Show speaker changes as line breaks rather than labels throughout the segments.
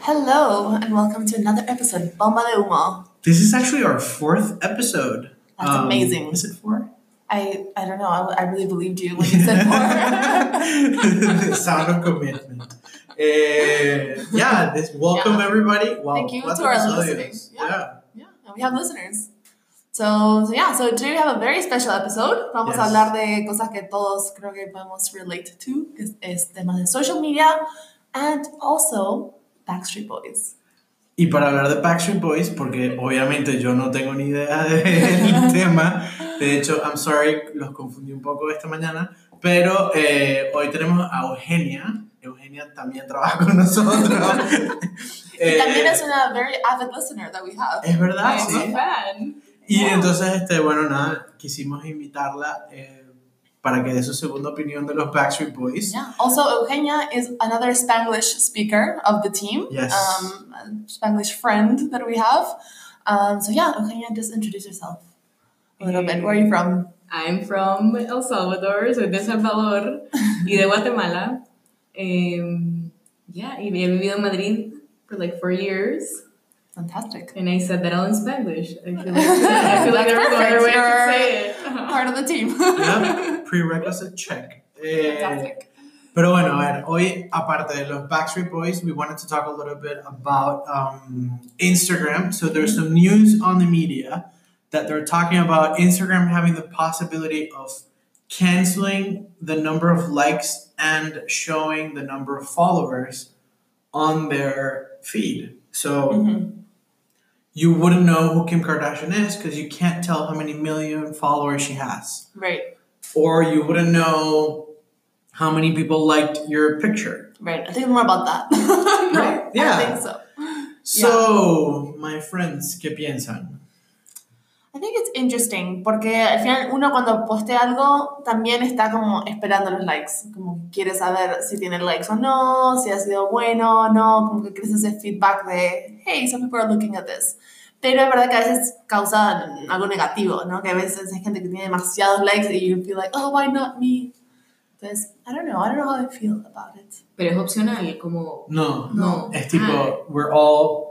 Hello, and welcome to another episode of Bomba de Humo.
This is actually our fourth episode. Um,
That's amazing.
Is it four?
I, I don't know, I, I really believed you when you said more.
the sound of commitment. Eh, yeah, this, welcome
Yeah.
everybody. Wow,
Thank you to
cuatro
our
episodios.
listeners. Yeah.
Yeah.
yeah, and we have listeners. So, so yeah, so today we have a very special episode. Vamos a
Yes.
hablar de cosas que todos creo que podemos relate to, que es, es temas de social media and also Backstreet Boys.
Y para hablar de Backstreet Boys, porque obviamente yo no tengo ni idea del tema. De hecho, I'm sorry, los confundí un poco esta mañana. Pero eh, hoy tenemos a Eugenia. Eugenia también trabaja con nosotros.
y también
Eh,
es una very avid listener that we have.
Es verdad,
I'm
sí.
a fan.
Y
Wow.
entonces, este, bueno, nada, quisimos invitarla eh, para que dé su segunda opinión de los Backstreet Boys.
Yeah. Also, Eugenia is another Spanglish speaker of the team.
Yes.
Um, a Spanglish friend that we have. Um, so yeah, Eugenia, just introduce yourself a little bit. Where are you from?
I'm from El Salvador, soy de El Salvador y de Guatemala. Um, yeah, y he vivido en Madrid for like four years.
Fantastic.
And I said that all in Spanish. I feel like, I feel like there was no
Perfect,
other way I
you're-
could say it.
Part of the team.
Yeah, prerequisite check. Eh,
Fantastic.
pero bueno, a ver, hoy, aparte de los Backstreet Boys, we wanted to talk a little bit about um, Instagram. So there's some news on the media that they're talking about Instagram having the possibility of canceling the number of likes and showing the number of followers on their feed. So.
Mhm.
you wouldn't know who Kim Kardashian is because you can't tell how many million followers she has.
Right,
Or you wouldn't know how many people liked your picture.
right. I think more about that. No,
Right, yeah.
I think so.
So, my friends, ¿qué piensan?
I think it's interesting porque al final uno cuando postea algo también está como esperando los likes, como quiere saber si tiene likes o no, si ha sido bueno o no, como que crees ese feedback de, hey, some people are looking at this. Pero es verdad que a veces causa algo negativo, ¿no? Que a veces hay gente que tiene demasiados likes y you feel like, oh, why not me? Entonces, I don't know, I don't know how I feel about it.
Pero es opcional, como
No,
no.
es
Ah.
tipo, we're all.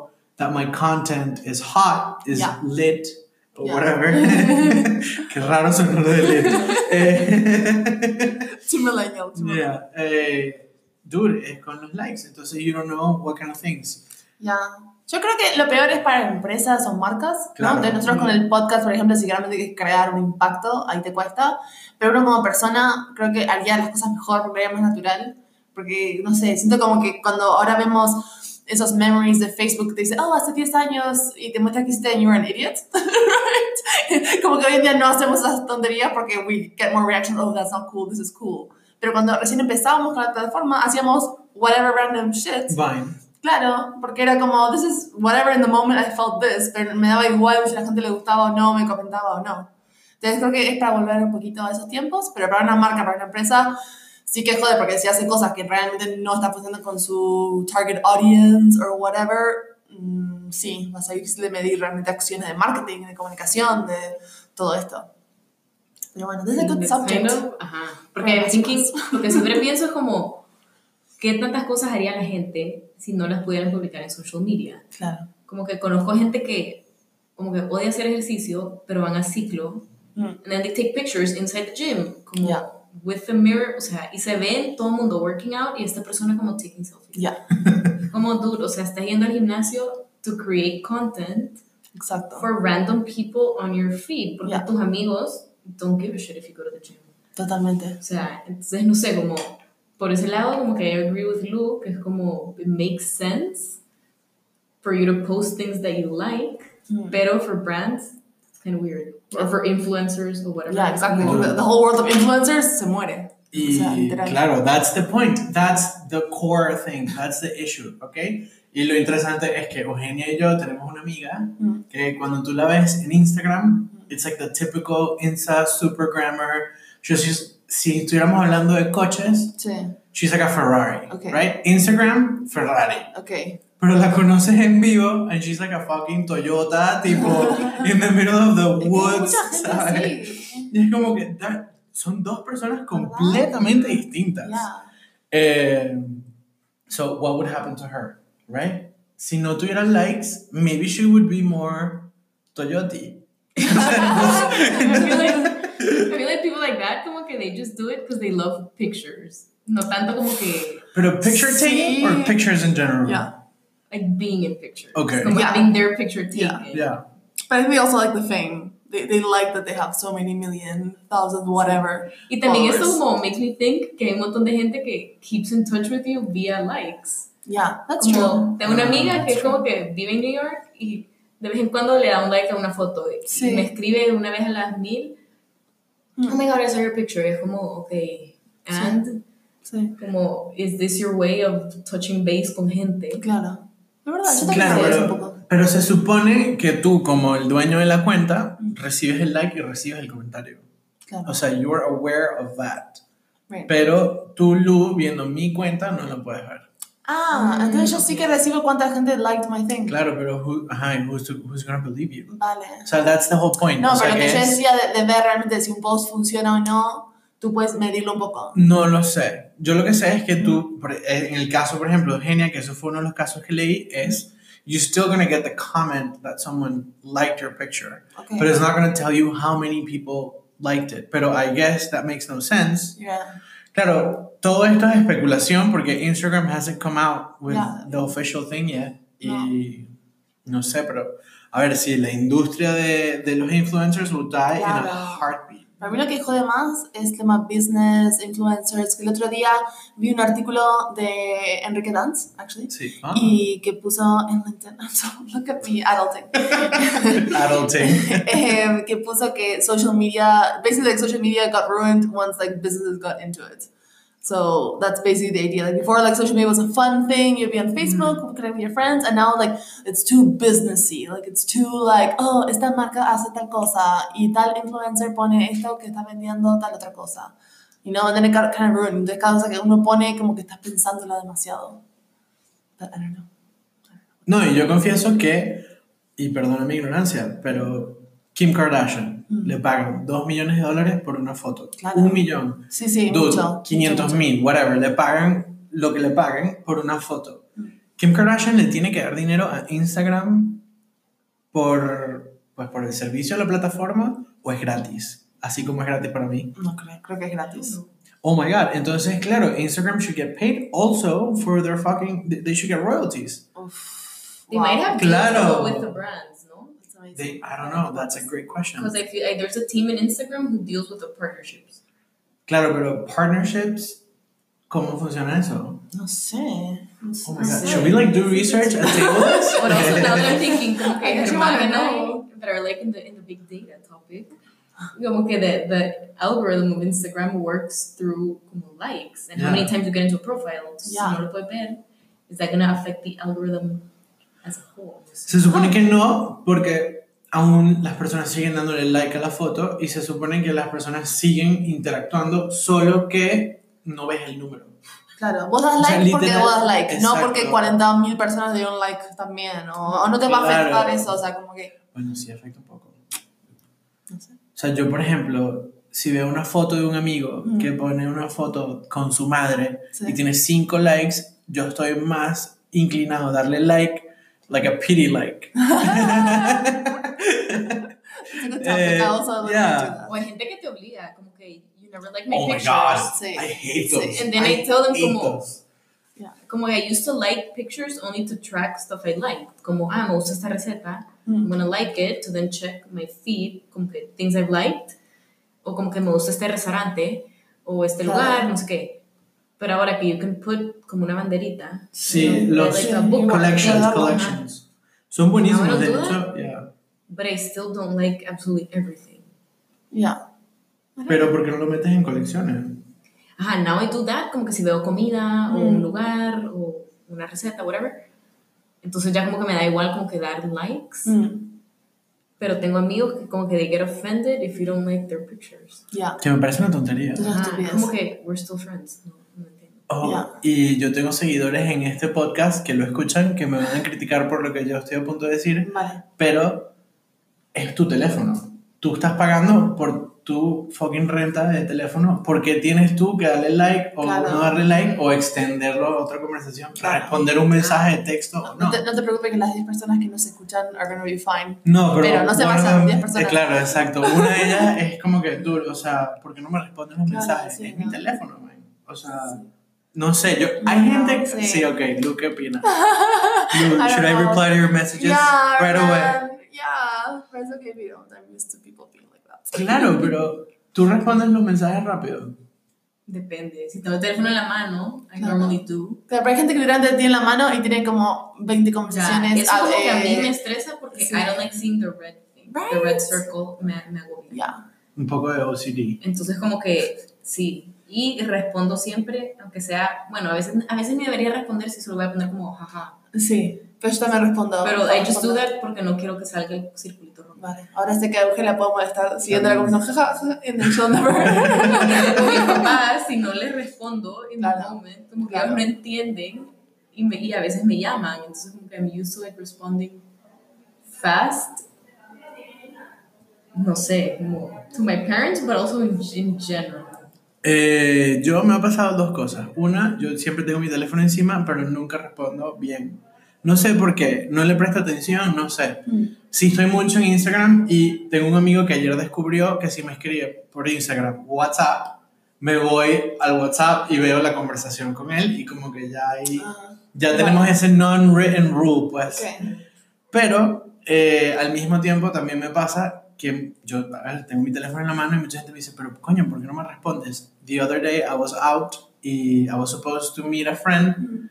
that my content is hot, is
Yeah.
lit, or
Yeah.
whatever. Qué raro sonó lo de lit. Eh,
Too millennial, too millennial.
yeah. eh, dude, es con los likes. Entonces, you don't know what kind of things.
Ya. Yo creo que lo peor es para empresas o marcas, ¿no?
Claro.
Entonces, nosotros con el podcast, por ejemplo, si realmente quieres crear un impacto, ahí te cuesta. Pero uno como persona creo que haría las cosas mejor, porque haría más natural. Porque, no sé, siento como que cuando ahora vemos esos memories de Facebook, que te dice, oh, hace 10 años, y te muestra que hiciste and you were an idiot. Right? Como que hoy en día no hacemos esas tonterías porque we get more reaction, oh, that's not cool, this is cool. Pero cuando recién empezábamos con la plataforma, hacíamos whatever random shit.
Vine.
Claro, porque era como, this is whatever in the moment I felt this, pero me daba igual si la gente le gustaba o no, me comentaba o no. Entonces creo que es para volver un poquito a esos tiempos, pero para una marca, para una empresa, sí que jode, porque si hace cosas que realmente no está funcionando con su target audience o whatever, mm, sí, va a ser difícil de medir realmente acciones de marketing, de comunicación, de todo esto. Pero bueno, this is a good
It's
subject.
kind of- ajá. Porque
Para
I'm thinking,
las
lo que siempre pienso es como, ¿qué tantas cosas haría la gente si no las pudieran publicar en social media?
Claro.
como que conozco gente que como que odia hacer ejercicio, pero van a ciclo.
Mm.
And then they take pictures inside the gym, como
Yeah.
with the mirror, o sea, y se ve todo el mundo working out y esta persona como taking selfies.
Yeah.
Como dude, o sea, estás yendo al gimnasio to create content
Exacto.
for random people on your feed, porque
Yeah.
tus amigos don't give a shit if you go to the gym.
Totalmente.
O sea, entonces no sé, como por ese lado, como que I agree with Lou, que es como it makes sense for you to post things that you like,
Mm.
pero for brands, it's kind of weird. Or for influencers or whatever.
Yeah,
Es
exactly.
como-
The whole world of influencers se muere. O
Y
sea, literal.
claro, that's the point. That's the core thing. That's the issue, okay? Y lo interesante es que Eugenia y yo tenemos una amiga
Mm.
que cuando tú la ves en Instagram, it's like the typical Insta super grammar. Yo, si, si estuviéramos hablando de coches,
Sí,
she's like a Ferrari,
Okay.
right? Instagram, Ferrari.
ok.
Pero la conoces en vivo and she's like a fucking Toyota, tipo, in the middle of the woods,
Es que hay mucha
¿sabes?
gente así.
Y es como que da- son dos personas completamente distintas.
Yeah.
Eh, so what would happen to her, right? Si no tuviera likes, maybe she would be more Toyota.
I feel like, I feel like people like that, como que they just do it because they love pictures. No tanto como que
Pero picture taking or
Sí.
pictures in general?
Yeah.
like being in pictures.
Okay.
Como
Yeah.
having their picture taken.
Yeah.
Yeah.
But I think they also like the fame. They, they like that they have so many million, thousands, whatever.
Y también eso
Followers.
como makes me think que hay un montón de gente que keeps in touch with you via likes.
Yeah, that's true.
Como tengo una
Ah,
amiga que
that's
es como que vive en New York y de vez en cuando le da un like a una foto y
Sí.
me escribe una vez a las mil. Oh my god, I saw your picture. Es como, ok, and
Sí,
como, is this your way of touching base con gente?
claro. De verdad, Ah, yo también
Claro,
haría eso un poco.
pero, pero se supone que tú, como el dueño de la cuenta, recibes el like y recibes el comentario.
Claro.
O sea, you're aware of that.
Right.
Pero tú, Lu, viendo mi cuenta, no lo puedes ver.
Ah, entonces yo sí que recibo cuánta gente liked my thing.
Claro, pero who, ajá, y who's, to- who's gonna believe you?
Vale.
O sea, that's the whole point.
No,
o sea,
pero lo que
que
yo
es-
decía de, de ver realmente si un post funciona o no, tú puedes medirlo un poco.
No lo sé. Yo lo que sé es que tú, por- e, en el caso, por ejemplo, de Eugenia, que eso fue uno de los casos que leí, es you're still gonna get the comment that someone liked your picture,
Okay.
but it's not gonna tell you how many people liked it. Pero I guess that makes no sense.
Yeah.
Claro, todo esto es especulación porque Instagram hasn't come out with
Yeah.
the official thing yet. Y no sé, pero a ver si la industria de, de los influencers will die in a
Claro.
heartbeat.
Para mí lo que jode más es tema business, influencers, que el otro día vi un artículo de Enrique Dance, actually,
Sí. Ah.
y que puso en LinkedIn, I'm so, look at me, adulting,
Adulting.
Em, que puso que social media, basically like social media got ruined once like businesses got into it. So that's basically the idea. Like before, like social media was a fun thing. You'd be on Facebook, connect with your friends, and now like it's too businessy. Like it's too like oh esta marca hace tal cosa y tal influencer pone esto que está vendiendo tal otra cosa. You know, and then it got kind of ruined. Entonces causa que uno pone como que estás pensándolo demasiado. But I don't know.
No, y yo confieso que, y perdona mi ignorancia, pero Kim Kardashian le pagan 2 millones de dólares por una foto.
Mm. Claro.
Un millón.
Sí, sí,
Dude,
mucho.
500
mucho, mucho.
mil, whatever. Le pagan lo que le paguen por una foto.
Mm.
Kim Kardashian le tiene que dar dinero a Instagram por, pues, por el servicio a la plataforma o es gratis. Así como es gratis para mí.
No creo, creo que es gratis.
Oh my god. Entonces, claro, Instagram should get paid also for their fucking. They should get royalties.
They might have deals
Claro.
with the brands, ¿no?
They, I don't know. That's a great question.
Because I feel like there's a team in Instagram who deals with the partnerships.
Claro, pero partnerships, ¿cómo funciona eso?
No sé. No sé.
Oh my
no
god,
sé.
should we like do research and table this?
But also now that I'm thinking, como que
I just
Germán
wanna
and I
know.
that are like in the in the big data topic, como que the, the algorithm of Instagram works through como likes and how many
Yeah.
times you get into a profile. Entonces,
Yeah.
Si no lo puedes ver, is that gonna affect the algorithm as a whole?
Se supone que no, porque aún las personas siguen dándole like a la foto y se supone que las personas siguen interactuando, solo que no ves el número.
Claro, vos das
O sea,
like porque
literal-
vos das like, no
exacto.
porque 40.000 personas dieron like también, o, o no te va a
Claro.
afectar eso, o sea, como que...
Bueno, sí, afecta un poco.
No sé.
O sea, yo, por ejemplo, si veo una foto de un amigo que pone una foto con su madre
Sí.
y tiene 5 likes, yo estoy más inclinado a darle like, like a pity like.
It's a good
Eh,
topic, I also would
yeah.
do that.
O hay gente que te obliga, como que you never like my
oh my
pictures.
god,
Sí.
I hate
Sí,
those.
and then I tell them
hate
como-
those.
Como que I used to like pictures only to track stuff I liked. Como, ah, me gusta esta receta.
Mm.
I'm gonna like it to then check my feed, como que things I've liked. O como que me gusta este restaurante. O este
Claro.
lugar, no sé qué. Pero ahora que you can put como una banderita.
Sí,
No,
los
like a bookmark.
collections,
Ajá.
collections. Son buenísimos,
Ahora
de
tú-
hecho, yeah.
But I still don't like absolutely everything.
Yeah.
Pero ¿por qué no lo metes en colecciones?
Mm.
Ajá, now I do that, como que si veo comida o un lugar o una receta, whatever. Entonces ya como que me da igual como que dar likes.
mm,
Pero tengo amigos que como que they get offended if you don't like their pictures.
Ya.
Que me parece una tontería.
Entonces,
Ajá,
estupidez.
como que we're still friends. No, no entiendo.
Oh,
Ya.
Y yo tengo seguidores en este podcast que lo escuchan, que me van a criticar por lo que yo estoy a punto de decir,
Vale.
pero es tu teléfono. Tú estás pagando por tu fucking renta de teléfono. ¿Por qué tienes tú que darle like o
Claro.
no darle like o extenderlo a otra conversación?
Claro.
Responder un mensaje de texto o
No. te, no te preocupes que las 10 personas que nos escuchan are gonna be fine.
No, pero,
Pero no se
guarda-
pasan 10 personas.
eh, claro, exacto. Una de ellas es como que tú, o sea, ¿por qué no me respondes los
Claro,
mensajes?
sí,
es
¿no?
mi teléfono, man. O sea, no sé, yo, hay
No,
gente que...
sí.
Sí. ok, Lu, ¿qué opinas? Lu,
I
should
don't
I
know.
reply to your messages
yeah,
right away?
man. Yeah. But it's okay if you don't. I'm used to people being like that.
Claro, pero tú respondes los mensajes rápido.
Depende. Si tengo el teléfono en la mano, I
Claro.
normally do.
Claro, pero hay gente que literalmente tiene en la mano y tiene como 20 conversaciones.
es como que a mí
eh,
me estresa porque
sí.
I don't like seeing the red thing. The
Right.
red circle me, me agobia.
yeah.
Un poco de OCD.
Entonces como que sí. Y respondo siempre, aunque sea, bueno, a veces, a veces me debería responder si solo voy a poner como jaja.
Sí, pero yo también respondo.
Pero I just do
respondo.
that porque no quiero que salga el circulito rojo.
Vale, ahora sé que a Euge la puedo molestar siguiendo la conversación. Jaja, jaja, en el show number.
O mis papás, si no les respondo en
Claro.
el momento, como que
Claro.
ellos no entienden y, me- y a veces me llaman. Entonces, como que I'm used to like responding fast. No sé, como to my parents, but also in, in general.
Eh, yo me ha pasado dos cosas. Una, yo siempre tengo mi teléfono encima, pero nunca respondo bien. No sé por qué, no le presto atención, no sé. Sí, estoy mucho en Instagram y tengo un amigo que ayer descubrió que si me escribe por Instagram, WhatsApp, me voy al WhatsApp y veo la conversación con él y como que ya ahí,
Ah,
ya tenemos ese non-written rule, pues.
ok.
Pero eh, al mismo tiempo también me pasa que yo a ver, tengo mi teléfono en la mano y mucha gente me dice, pero coño, ¿por qué no me respondes? The other day I was out y I was supposed to meet a friend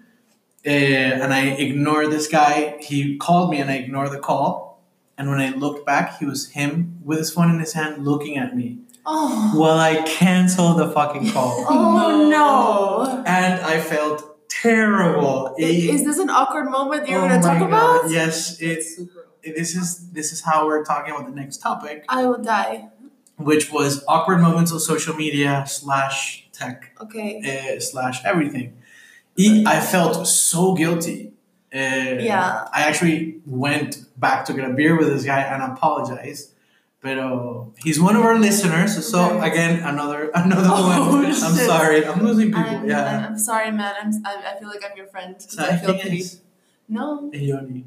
eh, and I ignored this guy. He called me and I ignored the call. And when I looked back, he was him with his phone in his hand looking at me
Oh,
while I canceled the fucking call.
oh no.
And I felt terrible. Y-
Is this an awkward moment you're
Oh
going to
my
talk
God,
about?
Yes, it's
It's super.
this is this is how we're talking about the next topic,
I will die.
which was awkward moments of social media slash tech
Okay.
eh, slash everything. E- I felt so guilty. Eh,
Yeah.
I actually went back to get a beer with this guy and apologized. But he's one of our listeners, so
Okay.
again another another
Oh,
one. I'm
shit.
sorry, I'm losing people.
I'm,
yeah.
I'm, I'm sorry, man. I'm, I, I feel like I'm your friend. 'cause I
¿Sabes
feel
quién
pity.
es?
No.
Es Johnny.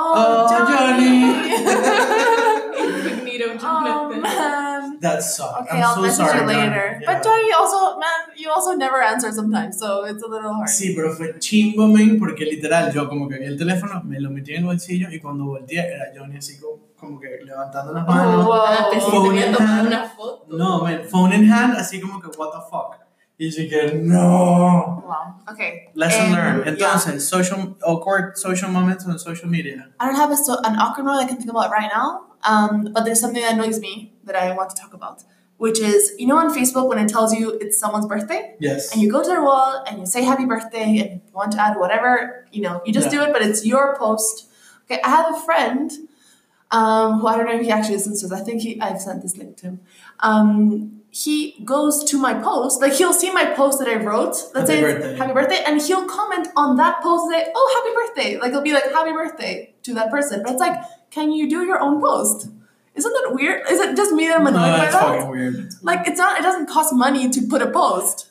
Oh,
Oh,
Johnny.
Incognito
oh,
Jonathan.
man.
That sucked.
Okay,
I'm
I'll
so
message
sorry.
you
Johnny.
later.
Yeah.
But Johnny also, man, you also never answer sometimes, so it's a little hard.
Sí, pero fue chimbo, men, porque literal, yo como que vi el teléfono, me lo metí en el bolsillo y cuando volteé era Johnny así como, como que levantando las
Oh,
manos.
Ah, te
Phone
te voy a
in
tomar
hand.
una foto.
No, men, phone in hand, así como que what the fuck. Y yo que no.
Wow. Okay.
Lesson
Em,
learned.
yeah.
Entonces, social, awkward social moments on social media.
I don't have a so an awkward moment I can think about right now, um, but there's something that annoys me that I want to talk about, which is you know on Facebook when it tells you it's someone's birthday
Yes.
and you go to their wall and you say happy birthday and you want to add whatever you know you just do
Yeah.
it, but it's your post. Okay, I have a friend um, who I don't know if he actually listens to this. I think he I've sent this link to him. Um, he goes to my post, like he'll see my post that I wrote. Let's
Happy
say it's
birthday.
happy birthday, and he'll comment on that post and say, "Oh, happy birthday!" Like he'll be like, "Happy birthday" to that person. But it's like, can you do your own post? Isn't that weird? Is it just me that I'm
no,
annoyed by
that's
that?
fucking weird.
Like it's not. It doesn't cost money to put a post.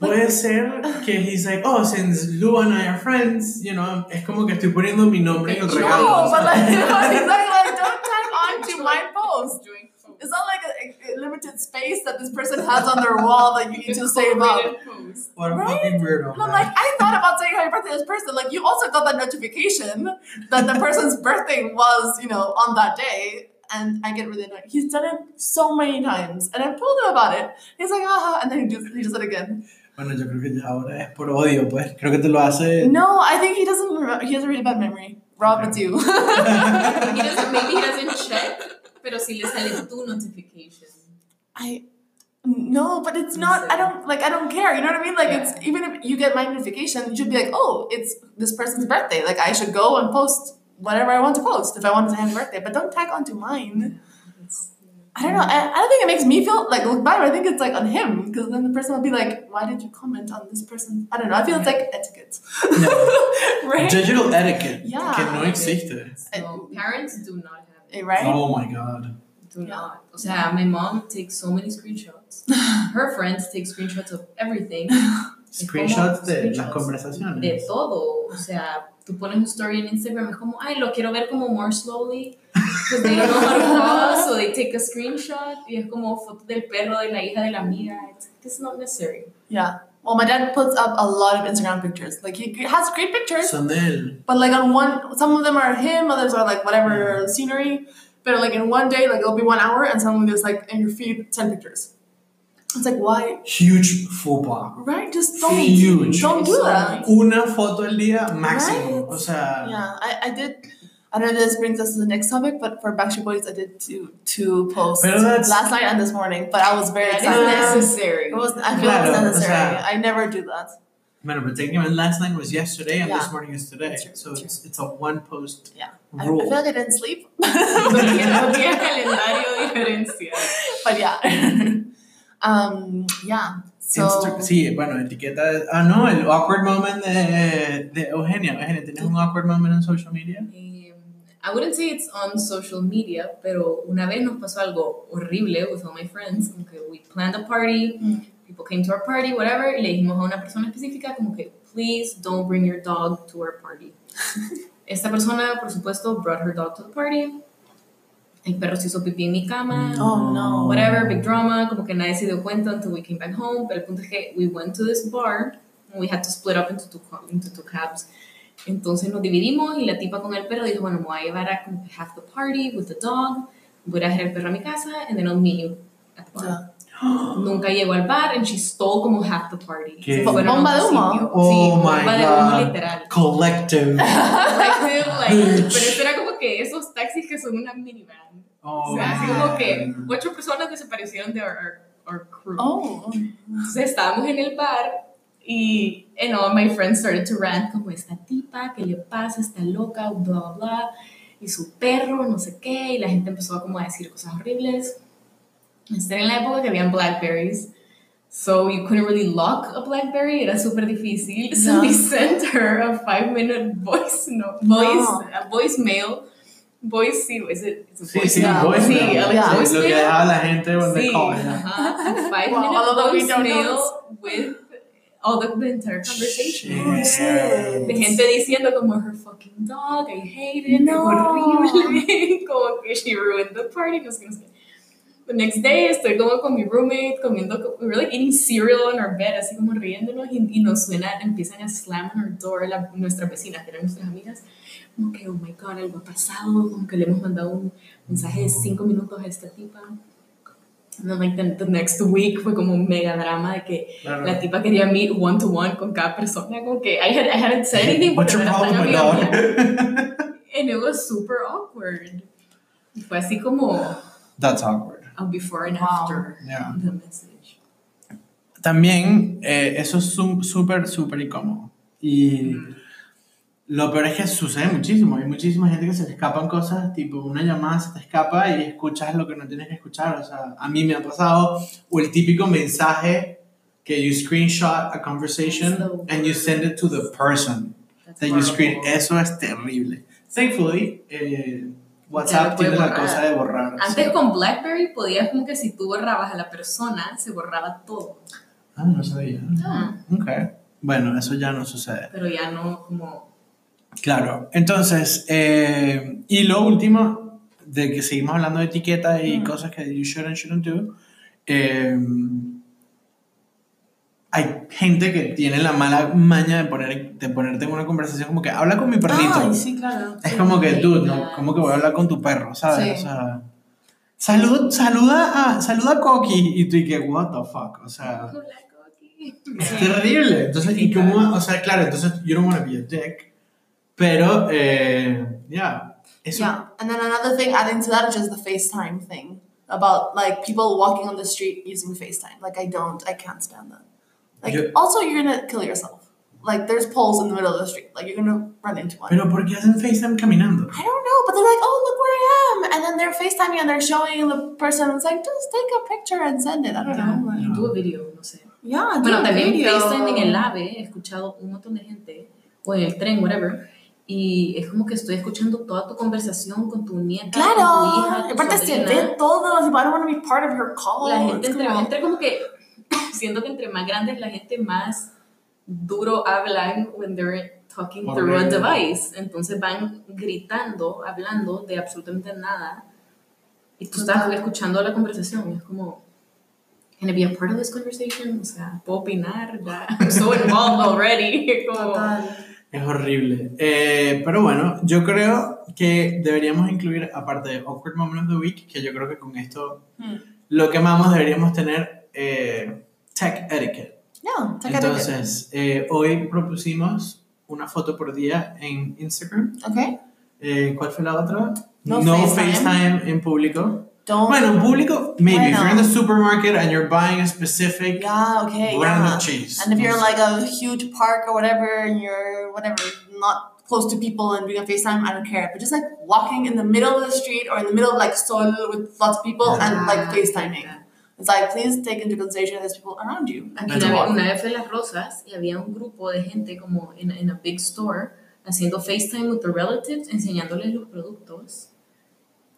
Like-
Puede ser que he's like, oh, since Lou and I are friends, you know, es como que estoy poniendo mi nombre en el
No,
regalo.
No,
o sea.
but like, you know, exactly. Like, don't tag on to my post.
Doing photo.
It's not like a, a limited space that this person has on their wall that you need to save up.
Incorporated post.
What a
Right?
fucking weirdo.
And I'm
man.
like, I thought about saying happy birthday to this person. Like, you also got that notification that the person's birthday was, you know, on that day. And I get really annoyed. He's done it so many times. And I told him about it. He's like, aha. And then he does, he does it again.
Bueno, yo creo que ya ahora es por odio, pues. Creo que te lo hace.
No, I think he doesn't remember. He has a really bad memory. Rob, it's you.
He doesn't, maybe he doesn't check, pero si le sale tu notification.
I No, but it's not. I don't like. I don't care. You know what I mean? Like,
Yeah.
it's even if you get my notification, you should be like, oh, it's this person's birthday. Like, I should go and post whatever I want to post if I want to say happy birthday. But don't tag onto mine.
It's-
I don't know. I, I don't think it makes me feel like look bad. But I think it's like on him because then the person will be like, why did you comment on this person? I don't know. I feel it's like etiquette, right?
Digital etiquette
Yeah.
que no existe.
So parents do not have it.
Eh, right?
Oh my god.
Do not. O sea, my mom takes so many screenshots. Her friends take screenshots of everything.
Screenshots de las
Screenshots.
conversaciones.
de todo. O sea, tú pones un story en Instagram, es como, ay, lo quiero ver como more slowly. Pues they know how to pause, so they take a screenshot. Y es como foto del perro, de la hija, de la amiga. It's, it's not necessary.
Yeah. Well, my dad puts up a lot of Instagram pictures. Like he has great pictures.
Son de él.
But like on one, some of them are him, others are like whatever scenery. But like in one day, like it'll be one hour, and suddenly there's like in your feed ten pictures. It's like why?
Huge faux pas.
Right? Just don't
Huge.
don't do that.
Una foto al día máximo. O sea,
Yeah, I, I did. I don't know if this brings us to the next topic, but for Backstreet Boys, I did two two posts
Pero that's-
last night and this morning. But I was very
That is
excited.
necessary.
It was. I feel it was
Claro, o
necessary.
sea-
I never do that.
Remember, but technically last night was yesterday and
Yeah.
this morning is today.
That's true,
so
that's
it's it's a one post
Yeah. I, I
rule.
feel like I didn't sleep.
Porque no tiene calendario de diferencia.
but yeah. um. Yeah. So.
Insta- sí, bueno, etiqueta. Ah, no, el awkward moment de, de Eugenia. Eugenia, ¿tienes un awkward moment en social media?
Eh, I wouldn't say it's on social media, pero una vez nos pasó algo horrible with all my friends, como que we planned a party,
Mm.
people came to our party, whatever, y le dijimos a una persona específica como que please don't bring your dog to our party. Esta persona, por supuesto, brought her dog to the party. El perro se hizo pipí en mi cama.
Oh, no.
whatever, big drama, como que nadie se dio cuenta until we came back home, pero el punto es que we went to this bar and we had to split up into two, co- into two cabs. Entonces nos dividimos y la tipa con el perro dijo, bueno, me voy a llevar a como que half the party with the dog, voy a dejar el perro a mi casa and then I'll meet you at the bar.
Yeah.
Nunca llegó al bar and she stole como half the party.
Ah. ¿Qué?
Se fueron a
Bomba
otro
de humo.
sitio.
Oh
sí,
my
bomba de humo
God.
literal.
Collective.
Like, dude, like,
Bitch.
pero eso era como que esos taxis que son una minivan.
Oh,
O sea, así
man.
como que ocho personas desaparecieron de our, our, our crew.
Oh,
Entonces estábamos en el bar y and all my friends started to rant como esta tipa, ¿qué le pasa? Está loca, bla, bla, bla. Y su perro, no sé qué. Y la gente empezó a como a decir cosas horribles. Esta era en la época que habían Blackberries. So you couldn't really lock a Blackberry, era súper difícil. So
No.
we sent her a five minute voice, no,
No.
voice, a voicemail. Voice, sí, is it, is it
Sí, sí,
Yeah.
voicemail?
voicemail.
Sí,
Yeah.
Sí, Lo
a
que
voicemail.
dejaba la gente when they
Sí,
call.
ajá. Uh-huh. Five
Wow,
minute
although we don't
voicemail
notice.
with all the, the entire conversation.
Shit.
De gente diciendo como her fucking dog, I hate it,
No.
horrible, como que she ruined the party, no sé qué, no sé qué. The next day estoy como con mi roommate comiendo, co- we were like eating cereal on our bed, así como riéndonos y, y nos suena, empiezan a slam on our door la- nuestras vecinas, que eran nuestras amigas, como que oh my god, algo ha pasado, como que le hemos mandado un mensaje de cinco minutos a esta tipa. And then like the, the next week fue como un mega drama de que
Claro.
la tipa quería meet one to one con cada persona, como que I, had, I hadn't said anything,
What's
pero
your
era tan
problem, my
amiga mía.
dog?
And it was super awkward. Y fue así como
That's awkward.
a before and
Wow.
after
Yeah.
the message.
También, eh, eso es su- súper, súper incómodo. Y lo peor es que sucede muchísimo. Hay muchísima gente que se le escapan cosas, tipo una llamada se te escapa y escuchas lo que no tienes que escuchar. O sea, a mí me ha pasado, o el típico mensaje que you screenshot a conversation and you send it to the person
That's
that you screen.
horrible.
Eso es terrible. Thankfully, eh,
Ya
WhatsApp
lo puede
tiene la
borrar.
cosa de borrar.
Antes
sí.
con BlackBerry podías como que si tú borrabas a la persona, se borraba todo.
Ah, no sabía.
Ah.
Ok. Bueno, eso ya no sucede.
Pero ya no como...
Claro, entonces, eh, y lo último, de que seguimos hablando de etiqueta y cosas que you should and shouldn't do, eh, hay gente que tiene la mala maña de, poner, de ponerte en una conversación como que habla con mi perrito.
Ay, sí, claro.
Es como que, dude, ¿no?
Venga.
¿cómo que voy a hablar con tu perro? ¿Sabes?
Sí.
O sea, salud, saluda a, saluda a Coqui y tú y que, what the fuck, o sea... Es terrible. Entonces, y como, o sea, claro, entonces you don't want to be a dick, pero, eh, yeah, eso.
Yeah, and then another thing adding to that is just the FaceTime thing. about like people walking on the street using FaceTime. Like I don't, I can't stand that. Like
Yo-
also you're gonna kill yourself. Like there's poles in the middle of the street. Like you're gonna run into one.
Pero ¿por qué hacen FaceTime caminando?
I don't know, but they're like, oh look where I am, and then they're FaceTiming and they're showing the person. It's like just take a picture and send it. I don't know. Like,
No.
Tuvo video, no sé.
yeah, do
Bueno,
a
también
video.
FaceTime en el AVE, he escuchado un montón de gente, o en el tren, whatever, y es como que estoy escuchando toda tu conversación con tu nieta, con tu hija,
Claro,
tu
aparte se
sobrina.
ve todo. tipo, I don't want to be part of your call.
La gente
It's
entre,
Oh, como-
entre como que, siento que entre más grandes la gente más duro hablan when they're talking
Por
through a
medio.
device, entonces van gritando, hablando de absolutamente nada, y tú estás
Total.
escuchando la conversación, y es como... Can I be a part of this conversation? O sea, puedo opinar, ya. I'm so involved already. Como,
Total.
Es horrible. Eh, pero bueno, yo creo que deberíamos incluir, aparte de Awkward Moment of the Week, que yo creo que con esto
Hmm.
lo que amamos deberíamos tener eh, tech etiquette.
No, take a picture.
Entonces, eh, hoy propusimos una foto por día en Instagram.
Okay.
Eh, ¿Cuál fue la otra?
No FaceTime.
FaceTime en público.
Don't.
Bueno, en público, maybe. If you're in the
Oh, Bueno.
supermarket and you're buying a specific
Yeah, okay.
brand
yeah.
of cheese.
And if you're
no sé.
like a huge park or whatever, and you're whatever, not close to people and doing a FaceTime, I don't care. But just like walking in the middle of the street or in the middle of like soil with lots of people and like FaceTiming. It's like, please take into consideration there's people around you.
Aquí
That's
la-
wild.
una vez fue Las Rosas y había un grupo de gente como en en a big store haciendo FaceTime with the relatives, enseñándoles los productos.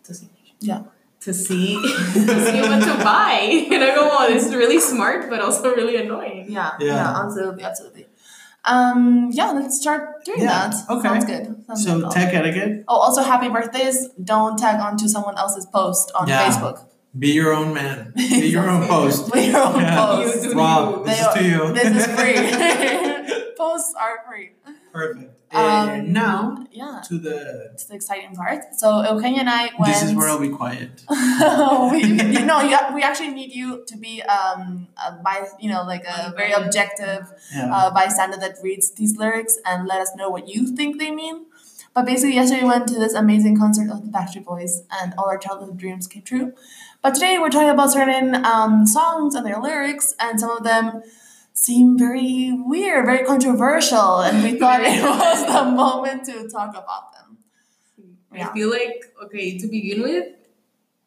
To see.
Yeah.
To see, to see what to buy. Era como, this is really smart, but also really annoying.
Yeah,
Yeah.
yeah, absolutely, absolutely. Um, yeah, let's start doing
Yeah,
that.
okay.
Sounds good. Sounds
So,
good.
tech etiquette,
oh, also happy birthdays. Don't tag onto someone else's post on
Yeah.
Facebook.
be your own man. Be your own post.
Put your own
Yeah.
post.
You do
Rob, this
They
is
are-
to you.
This is free. Posts are free.
Perfect.
Um,
and now
Yeah,
to the.
it's the exciting part. So Eugenia and I went.
This is where I'll be quiet.
we, you know, you, we actually need you to be um, a by you know like a very objective
Yeah.
uh, bystander that reads these lyrics and let us know what you think they mean. But basically, yesterday we went to this amazing concert of the Backstreet Boys, and all our childhood dreams came true. But today we're talking about certain um, songs and their lyrics, and some of them seem very weird, very controversial, and we thought it was the moment to talk about them.
I feel like, okay, to begin with,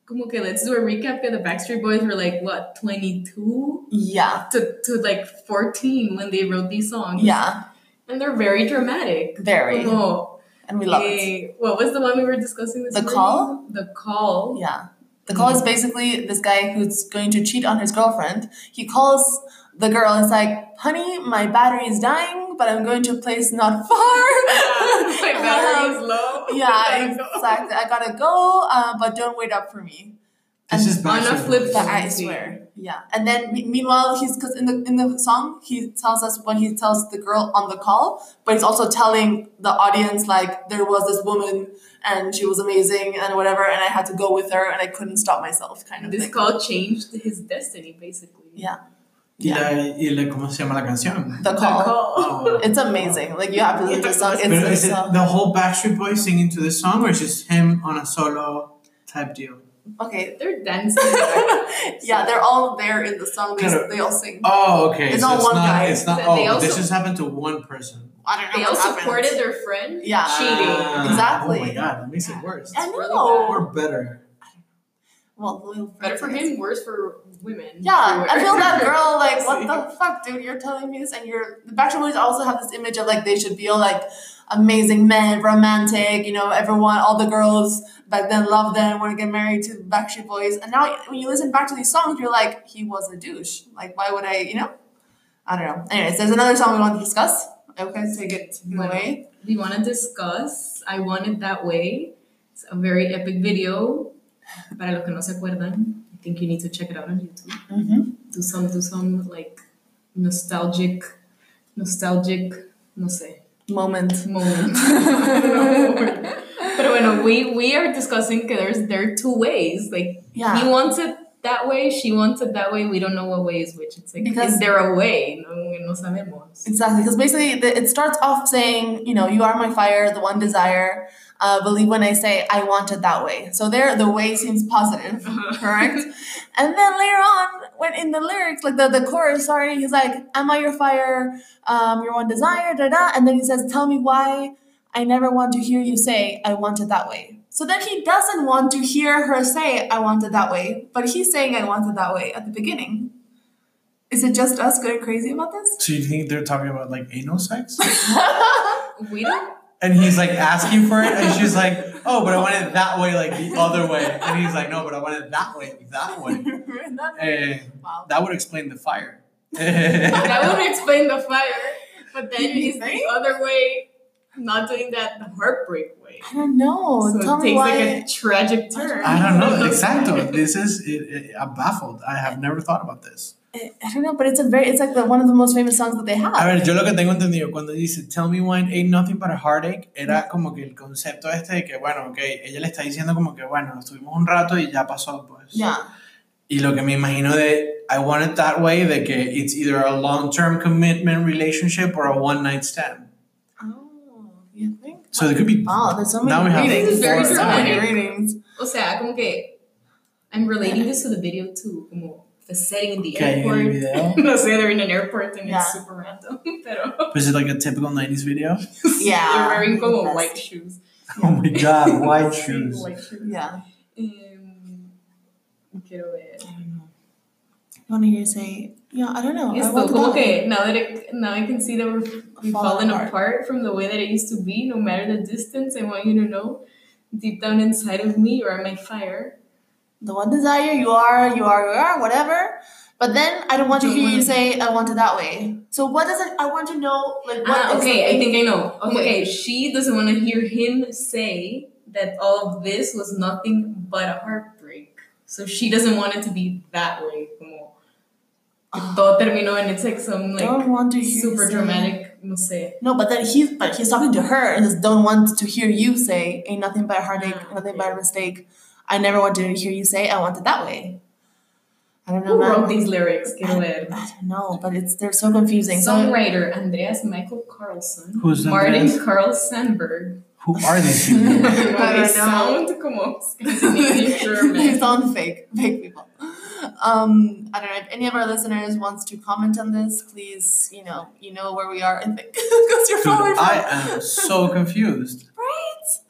como que let's do a recap que the Backstreet Boys were like, what, 22?
Yeah,
To, to like 14 when they wrote these songs.
yeah,
And they're very dramatic.
very,
Como,
and we love it.
Eh, What was the one we were discussing this
The
morning?
Call?
The call.
Yeah. The call is basically this guy who's going to cheat on his girlfriend. He calls the girl and is like, honey, my battery is dying, but I'm going to a place not
Yeah,
far.
My battery
Um,
is low.
yeah,
Gotta go.
exactly. I gotta go, uh, but don't wait up for me.
This is
on a
Backstreet
flip
Boys.
But I swear, yeah. And then me- meanwhile, he's because in the in the song he tells us what he tells the girl on the call, but he's also telling the audience like there was this woman and she was amazing and whatever, and I had to go with her and I couldn't stop myself, kind of
This
thing.
call changed his destiny, basically.
Yeah.
Y la, y la, ¿Cómo se llama la canción?
The
The
call.
call.
It's amazing. Like you have to listen to the song. It's
Pero is it
so-
the whole Backstreet Boys singing to this song or is just him on a solo type deal?
okay.
They're dancing. right?
Yeah, they're all there in the song. They,
Claro.
they all sing.
Oh, okay.
It's
so
not
it's
one
not,
guy.
It's not,
They
oh,
also-
this just happened to one person.
I don't know.
they all
what happened.
supported their friend.
Yeah.
Cheating.
Ah,
Exactly.
Oh my god, that makes it worse.
I
really
know.
Or better.
Well, Blue
Better for him, worse for women.
Yeah, I feel that girl like, what
See?
the fuck, dude? You're telling me this, and you're the Backstreet Boys also have this image of like they should be all like amazing men, romantic. You know, everyone, all the girls back then loved them, want to get married to Backstreet Boys, and now when you listen back to these songs, you're like, he was a douche. Like, why would I? You know, I don't know. Anyways, there's another song we want to discuss. Okay, take it away.
We want to discuss I Want It That Way. It's a very epic video. Para los que no se acuerdan, I think you need to check it out on YouTube.
Mm-hmm.
do some do some like nostalgic nostalgic no sé
Moment.
moment but when we we are discussing 'cause there's there are two ways like he
Yeah.
wants it that way she wants it that way we don't know what way is which it's like is
Because-
there a way no, no sabemos
Exactly, because basically the, it starts off saying, you know, you are my fire, the one desire. uh, believe when I say I want it that way. So there, the way seems positive, correct? And then later on, when in the lyrics, like the, the chorus, sorry, he's like, "Am I your fire? Um, your one desire?" Da da. And then he says, "Tell me why I never want to hear you say I want it that way." So then he doesn't want to hear her say I want it that way, but he's saying I want it that way at the beginning. Is it just us going crazy about this?
So you think they're talking about like anal sex?
We don't.
and he's like asking for it, and she's like, "Oh, but I want it that way, like the other way." And he's like, "No, but I want it that way, that way." Eh,
wow.
that would explain the fire.
That would explain the fire. But then
You
he's the
think?
other way, not doing that the heartbreak way.
I don't know.
so
Oh, Tell
it
me
takes
why.
like a tragic turn.
I don't know. Exacto. This is. It, it, I'm baffled. I have never thought about this.
I I don't know, but it's a very. It's like the, one of the most famous songs that they have.
A ver, yo lo que tengo entendido cuando dice Tell me why ain't nothing but a heartache era como que el concepto este de que bueno, ok, ella le está diciendo como que bueno, nos tuvimos un rato y ya pasó pues.
yeah.
Y lo que me imagino de I want it that way de que it's either a long term commitment relationship or a one night stand.
Oh, you think?
So it could be
Wow, there's so many
Now we have
readings.
This is very
four-
so many
dramatic.
readings.
O sea, como que I'm relating this to the video too, como the setting in the
Okay, in the
airport.
video.
no sé, they're in an airport and
Yeah.
it's super random. Pero
Was it Pues like a typical 90s video?
Yeah.
they're wearing como
Yes.
white shoes.
Oh my god, white
Big
shoes.
White shoes.
Yeah.
Um, quiero ver.
I don't know. I want to hear you say. Yeah, I don't know. I
Esto,
want
como
that.
que now that it, now I can see that we're
Falling
we've fallen
apart.
apart. from the way that it used to be, no matter the distance. I want you to know, deep down inside of me, you are my fire.
the one desire you are, you are, you are, whatever. But then I don't want to
Don't
hear you
want-
say I want it that way. So what does it? I want to know like what.
Ah,
is
okay,
the
I
thing-
think I know.
Okay.
Okay, she doesn't want to hear him say that all of this was nothing but a heartbreak. So she doesn't want it to be that way. Como que
Ah.
todo terminó, and it's like some
don't
like
want to hear you
super
say-
dramatic. No sé.
No, but then he's but he's talking to her and says, "Don't want to hear you say ain't nothing but a heartache,
Ah,
nothing
yeah.
but a mistake. I never wanted to hear you say I want it that way." I don't know.
Who wrote
man.
these lyrics? Quiero ver.
I don't know, but it's they're so confusing. So
Songwriter Andreas Michael Carlson.
Who's
Martin
Andreas?
Carl Sandberg.
Who are these people?
don't know.
they sound como Scandinavian
they
German.
sound fake, fake people. Um, I don't know if any of our listeners wants to comment on this. Please, you know, you know where we are. I think because you're
Dude,
following.
I am so confused.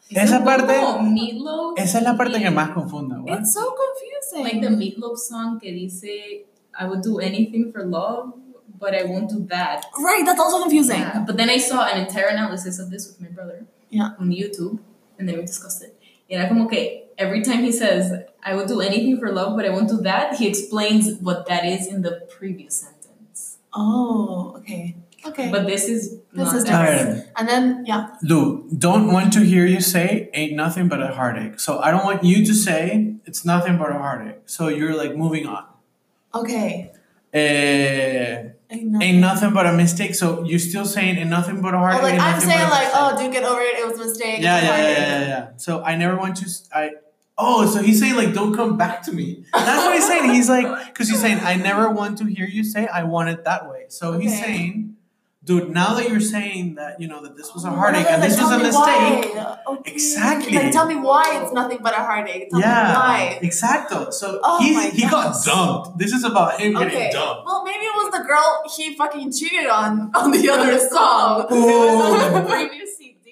Esa
Son
parte,
como meatloaf.
esa es la parte que más confunda. what?
It's so confusing.
Like the meatloaf song que dice, I would do anything for love, but I won't do that.
right, that's also confusing.
Yeah, But then I saw an entire analysis of this with my brother
Yeah.
on YouTube, and then we discussed it. And I'm okay. Every time he says, I would do anything for love, but I won't do that, he explains what that is in the previous sentence.
Oh, okay, okay.
But this is not
is
A
that.
different.
ver,
and then yeah,
Dude, don't want to hear you say ain't nothing but a heartache. So I don't want you to say it's nothing but a heartache. So you're like moving on.
okay.
Eh,
Ain't nothing.
ain't nothing but a mistake. So you're still saying ain't nothing but a
Or
heartache.
Oh, like
ain't
I'm
nothing
saying
but a
like,
mistake."
oh, dude, get over it. It was a mistake.
yeah,
it's
yeah, yeah,
hard.
yeah, yeah, yeah. So I never want to. s- I oh, so he's saying like don't come back to me. That's what he's saying. He's like because he's saying I never want to hear you say I want it that way. So he's
Okay.
saying, dude, now that you're saying that you know that this was a
Oh,
heartache
like,
and this
tell
was a
me
mistake.
why. Okay.
Exactly.
Like, tell me why it's nothing but a heartache. Tell me
Yeah,
why.
exacto. So
Oh
he's,
my
he got
gosh.
dumped. This is about him
Okay.
getting dumped.
Well, maybe it was the girl he fucking cheated on on the other song. Oh.
Ooh.
previous CD.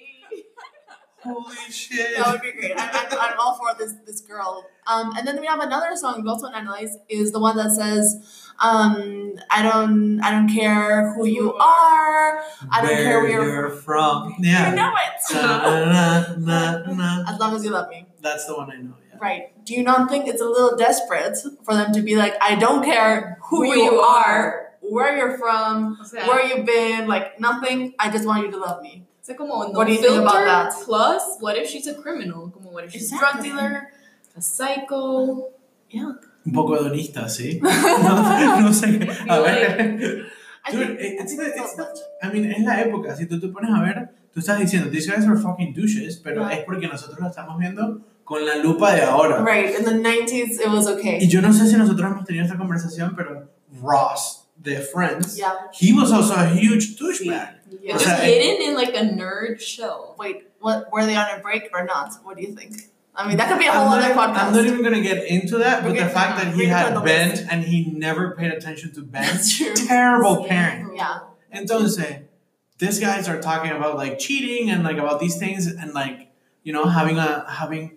Holy shit.
That would be great. I'm, I'm, I'm all for this this girl. Um, and then we have another song we also analyze is the one that says, um, I don't I don't care who you are. I don't care where you're
from.
You
Yeah.
know it.
Na, na, na, na.
As long as you love me.
That's the one I know. Yeah.
Right. Do you not think it's a little desperate for them to be like, I don't care who,
Who
you,
you
are, where you're from,
O sea,
where you've been, like nothing. I just want you to love me.
it's like, como, no
What do you think about
filter,
that?
Plus, what if she's a criminal? Como, what if she's
Exactly.
a drug dealer, a psycho?
Un poco hedonista, sí. No, no sé. A ver.
I
Dude, eh,
think
it's the, it's
so
the,
much.
I mean, es la época. Si tú te pones a ver, tú estás diciendo, these guys are fucking douches, pero
Right.
es porque nosotros lo estamos viendo con la lupa de ahora.
Right. In the 90s, it was
Y
okay.
yo no sé si nosotros hemos tenido esta conversación, pero Ross de Friends,
Yeah.
he was also a huge douchebag.
It's
Yeah.
O
just
sea,
hidden in like a nerd shell.
Wait, what, were they on a break or not? What do you think? I mean, that could be a
I'm
whole
not,
other
even-
podcast.
I'm not even gonna get into that, but
We're
the
gonna-
fact that he
we're
had
gonna
bent
list.
and he never paid attention to bent.
That's true.
terrible parent.
Yeah.
Entonces, these guys are talking about like cheating and like about these things and like you know having a having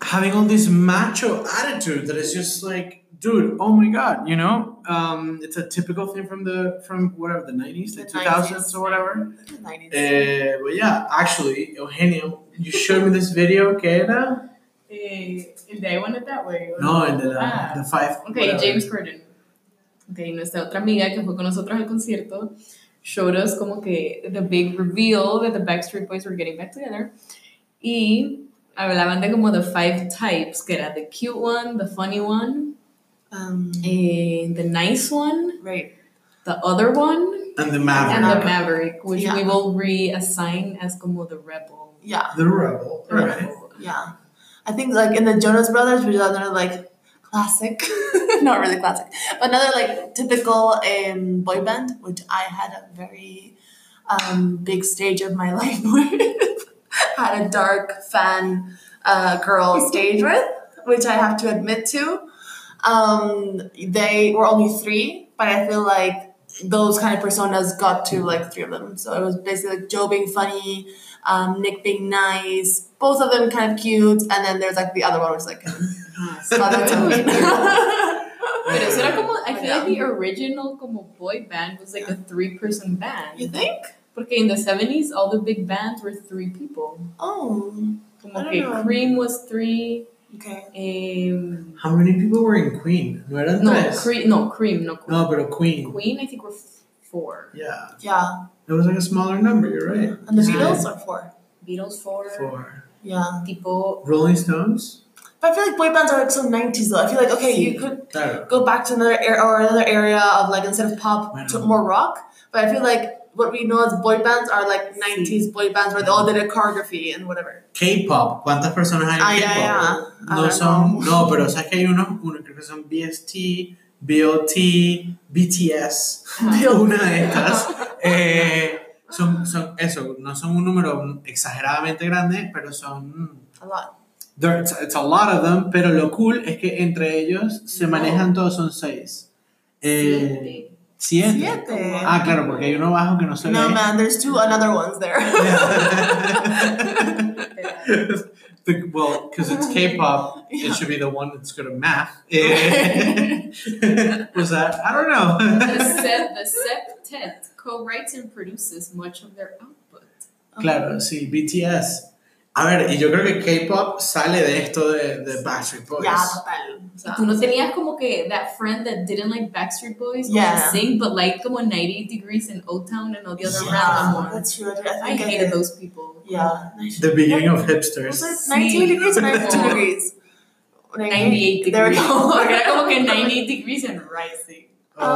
having all this macho attitude that is just like, dude, oh my god, you know, um, it's a typical thing from the from whatever the nineties, the
The
two thousands
90s.
or whatever.
90s.
Eh, but yeah, actually, Eugenio, you showed me this video, ¿qué era?
Eh, el de I Want It That Way. ¿o
No, uh, el de la,
Ah.
the five.
Ok,
whatever.
James Corden. Ok, nuestra otra amiga que fue con nosotros al concierto showed us como que the big reveal that the Backstreet Boys were getting back together. Y hablaban de como the five types, que era the cute one, the funny one,
Um,
eh, the nice one,
right.
the other one,
And the
and
Maverick.
the maverick, which
Yeah.
we will reassign as como the rebel.
Yeah.
the Rebel.
The
Right.
rebel.
Yeah. I think like in the Jonas Brothers, which is another like classic, not really classic, but another like typical um, boy band, which I had a very um, big stage of my life with, had a dark fan uh, girl stage with, which I have to admit to. Um, they were only three, but I feel like those kind of personas got to like three of them. So it was basically like Joe being funny, um, Nick being nice, both of them kind of cute, and then there's like the other one which is like Father
That's
Tony.
Pero eso era como, I feel
Yeah.
like the original como boy band was like a three person band.
you think?
Porque in the 70s, all the big bands were three people.
Oh, I
Como
don't
que
know.
Cream was three.
okay.
em,
How many people were in Queen? No eran
no,
tres.
Cream, no, Cream, no Queen.
no, pero Queen.
Queen, I think, were f- four.
Yeah,
Yeah,
it was like a smaller number. You're right.
and the
Yeah.
Beatles are four.
Beatles, four.
Four.
Yeah,
Tipo,
Rolling Stones.
but I feel like boy bands are so '90s though. I feel like okay, you could
Claro.
go back to another era or another area of like instead of pop
Bueno.
to more rock, but I feel like. What we know as boy bands are like '90s boy bands where they all did a choreography and whatever.
K-pop. ¿Cuántas personas hay en
Ah,
K-pop?
yeah, yeah. I
No
don't
son.
know.
No, pero sabes que hay unos, uno creo que son BST, BOT, BTS. Una de estas. Eh, son, son eso. No son un número exageradamente grande, pero son
A lot.
There, it's, it's a lot of them, pero lo cool es que entre ellos se manejan todos, son seis. Eh,
siete.
siete.
Siete.
Ah, claro, porque hay uno bajo que no se
No
ve.
man, there's two another ones there.
The- well, because it's K-pop,
Yeah.
it should be the one that's good at math. Eh, was that? I don't know.
the, se- the septet co-writes and produces much of their output.
claro, sí, BTS. A ver, y yo creo que K-pop sale de esto de, de Backstreet Boys.
Yeah, total. O sea,
Tú no tenías como que that friend that didn't like Backstreet Boys
Yeah.
or sing, but liked como 98 Degrees and Old Town and all the other
Yeah.
random ones.
That's true. I, think
I hated those people.
Yeah.
The beginning of hipsters.
Was it 19 degrees or 92 degrees?
98 degrees.
There we go.
Era como que 98 degrees and rising.
Oh.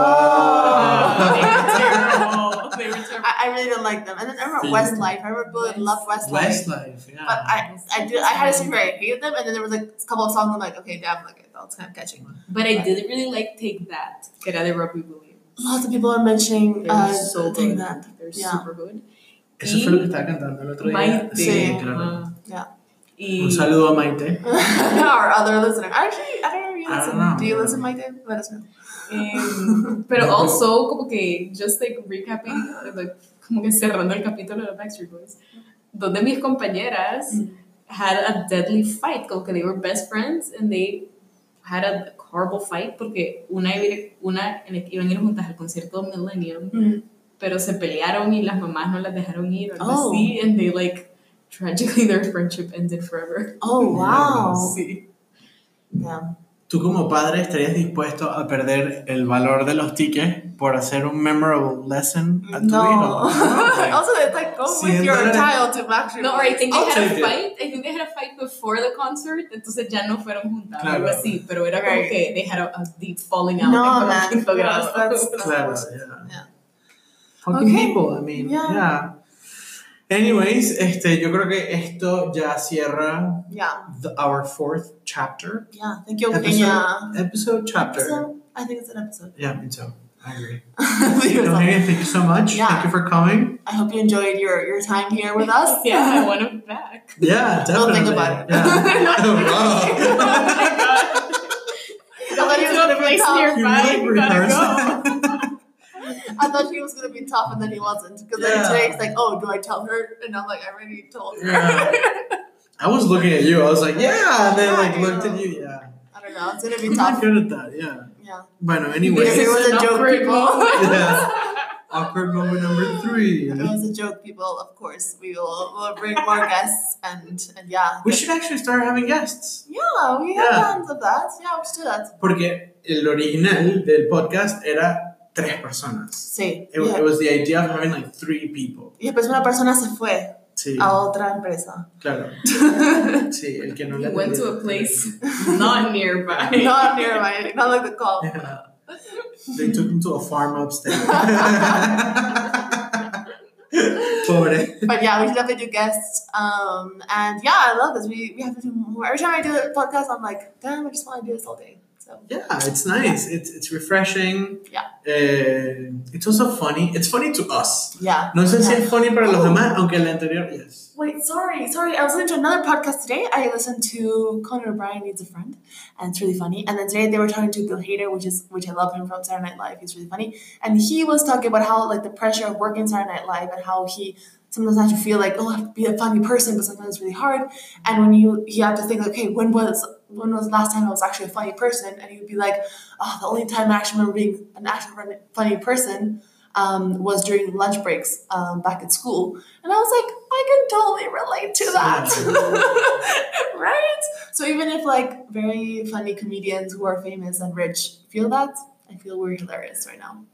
They were terrible.
I, I really didn't like them. And then I remember
Yeah.
Westlife. I remember really loved Westlife.
Westlife, yeah.
But I, I did. I had a secret. I hated them. And then there was like a couple of songs. I'm like, okay, damn, like that's kind of catching.
But I didn't really like Take That, que era de Robbie Williams.
Lots of people are mentioning
They're
uh,
so
Take
good.
that.
They're
Yeah.
super good.
Eso fue lo que estaba cantando el otro día.
Maite.
Sí,
claro.
ah,
Yeah.
Y
Un saludo a Maite.
Our other listener. Actually, I don't know if you
I don't
listen.
know.
Do you listen, Mike? Let us know.
Em, pero also, como que, just like recapping, like, como que cerrando el capítulo de los Backstreet Boys, dos de mis compañeras
Mm.
had a deadly fight, como que they were best friends and they had a horrible fight porque una, iba- una en- iban a ir juntas al concierto Millennium,
Mm.
pero se pelearon y las mamás no las dejaron ir, o algo
Oh.
así, and they like, tragically their friendship ended forever.
Oh wow.
Sí.
Yeah.
¿Tú como padre estarías dispuesto a perder el valor de los tickets por hacer un memorable lesson a tu
No.
hijo? No.
also, it's like go with your
Siéntale.
child to Backstreet
No, or I think they
I'll
had a
take it.
fight. I think they had a fight before the concert, entonces ya no fueron juntas
Claro.
algo así, pero era como
Right.
que they had a, a deep falling out.
No,
en como
man.
quinto grado.
That's, that's
Claro,
worse.
yeah.
Yeah.
Fucking
Okay.
people, I mean,
Yeah.
yeah. Anyways, este, yo creo que esto ya cierra
Yeah,
the- our fourth chapter.
yeah. Thank you,
Episode-
Eugenia.
Episode chapter.
Episode? I think it's an episode.
Yeah, me too. I agree.
You're
Well,
welcome.
Megan, thank you so much.
Yeah.
Thank you for coming.
I hope you enjoyed your, your time here with us.
Yeah, I want it back.
Yeah, definitely.
Don't think about it.
Oh
Yeah.
my God.
I thought, he was
Go to
gonna
a
be
place
tough.
near-
you
Bye,
really
you gotta
rehearsed.
I thought he was gonna be tough and then he wasn't. Because then
Yeah.
today it's like, oh, do I tell her? And I'm like, I already told her.
yeah. I was looking at you. I was like, yeah, and then
Yeah,
like
I
looked
know.
at you. Yeah.
I don't know. It's gonna
I'm
be
not
tough.
good at that. Yeah.
Yeah.
Bueno,
Because it
anyways,
was a
An
joke,
awkward
people.
moment.
Yeah. awkward moment number three.
It was a joke, people. Of course, we will we'll bring more guests and and yeah.
We should actually start having guests.
Yeah, we have
Yeah.
plans of that. Yeah, we should do that.
Porque el original del podcast era tres personas.
Sí.
It, it was the idea of having like three people.
Y después una persona se fue
Sí,
a otra empresa.
claro. Sí, el que no
We
le
went to a place not nearby.
not nearby, not like the call.
Yeah. They took him to a farm upstairs. Pobre.
But yeah, we should definitely do guests. Um, and yeah, I love this. We, we have to do more. Every time I do a podcast, I'm like, damn, I just want to do this all day. So
Yeah, it's nice. It's it's refreshing.
Yeah.
Eh, it's also funny. It's funny to us.
yeah.
No sé si
Yeah.
es funny para los
Oh.
demás, aunque el anterior, yes.
Wait, sorry, sorry. I was listening to another podcast today. I listened to Conan O'Brien Needs a Friend, and it's really funny. And then today they were talking to Bill Hader, which is which I love him from Saturday Night Live. He's really funny, and he was talking about how like the pressure of working Saturday Night Live and how he sometimes has to feel like oh I have to be a funny person, but sometimes it's really hard. And when you you have to think okay when was when was the last time I was actually a funny person? And he would be like oh the only time I actually remember being an actual fun- funny person um, was during lunch breaks um, back at school. And I was like, I can totally relate to that. right? So even if like very funny comedians who are famous and rich feel that, I feel we're hilarious right now.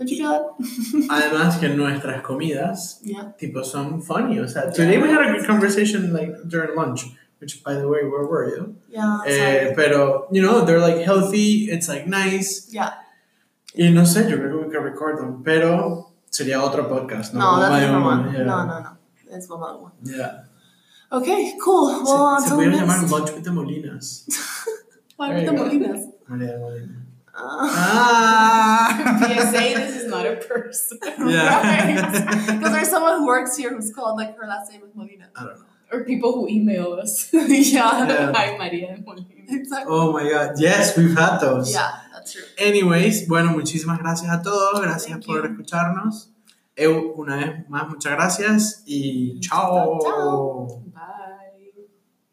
Don't you feel that?
Además que nuestras comidas,
Yeah.
tipo, son funny. O sea, today we had a good conversation like during lunch, which by the way, where were you?
yeah.
Eh,
Sorry.
pero, you know, they're like healthy, it's like nice.
Yeah.
Y no sé, yo creo que we can record them, pero sería otro podcast, ¿no?
No, that's
My
a different
own,
one.
Yeah.
No, no, no. That's one other one.
Yeah.
Okay, cool.
Se-
Well,
se
until
pudiera llamar
next.
Lunch with the Molinas.
Why
There
with the
you
Molinas?
María de Molina.
Uh,
¡Ah!
PSA, this is not a person.
Yeah.
Because there's someone who works here who's called like her last name is Molina.
I don't know.
Or people who email us.
yeah.
Yeah.
Hi, Maria and Molina.
Exactly.
Oh my god, yes, we've had those.
Yeah, that's true.
Anyways, bueno, muchísimas gracias a todos, gracias
Thank
por
you.
escucharnos. Eu, una vez más, muchas gracias y
Chao.
chao.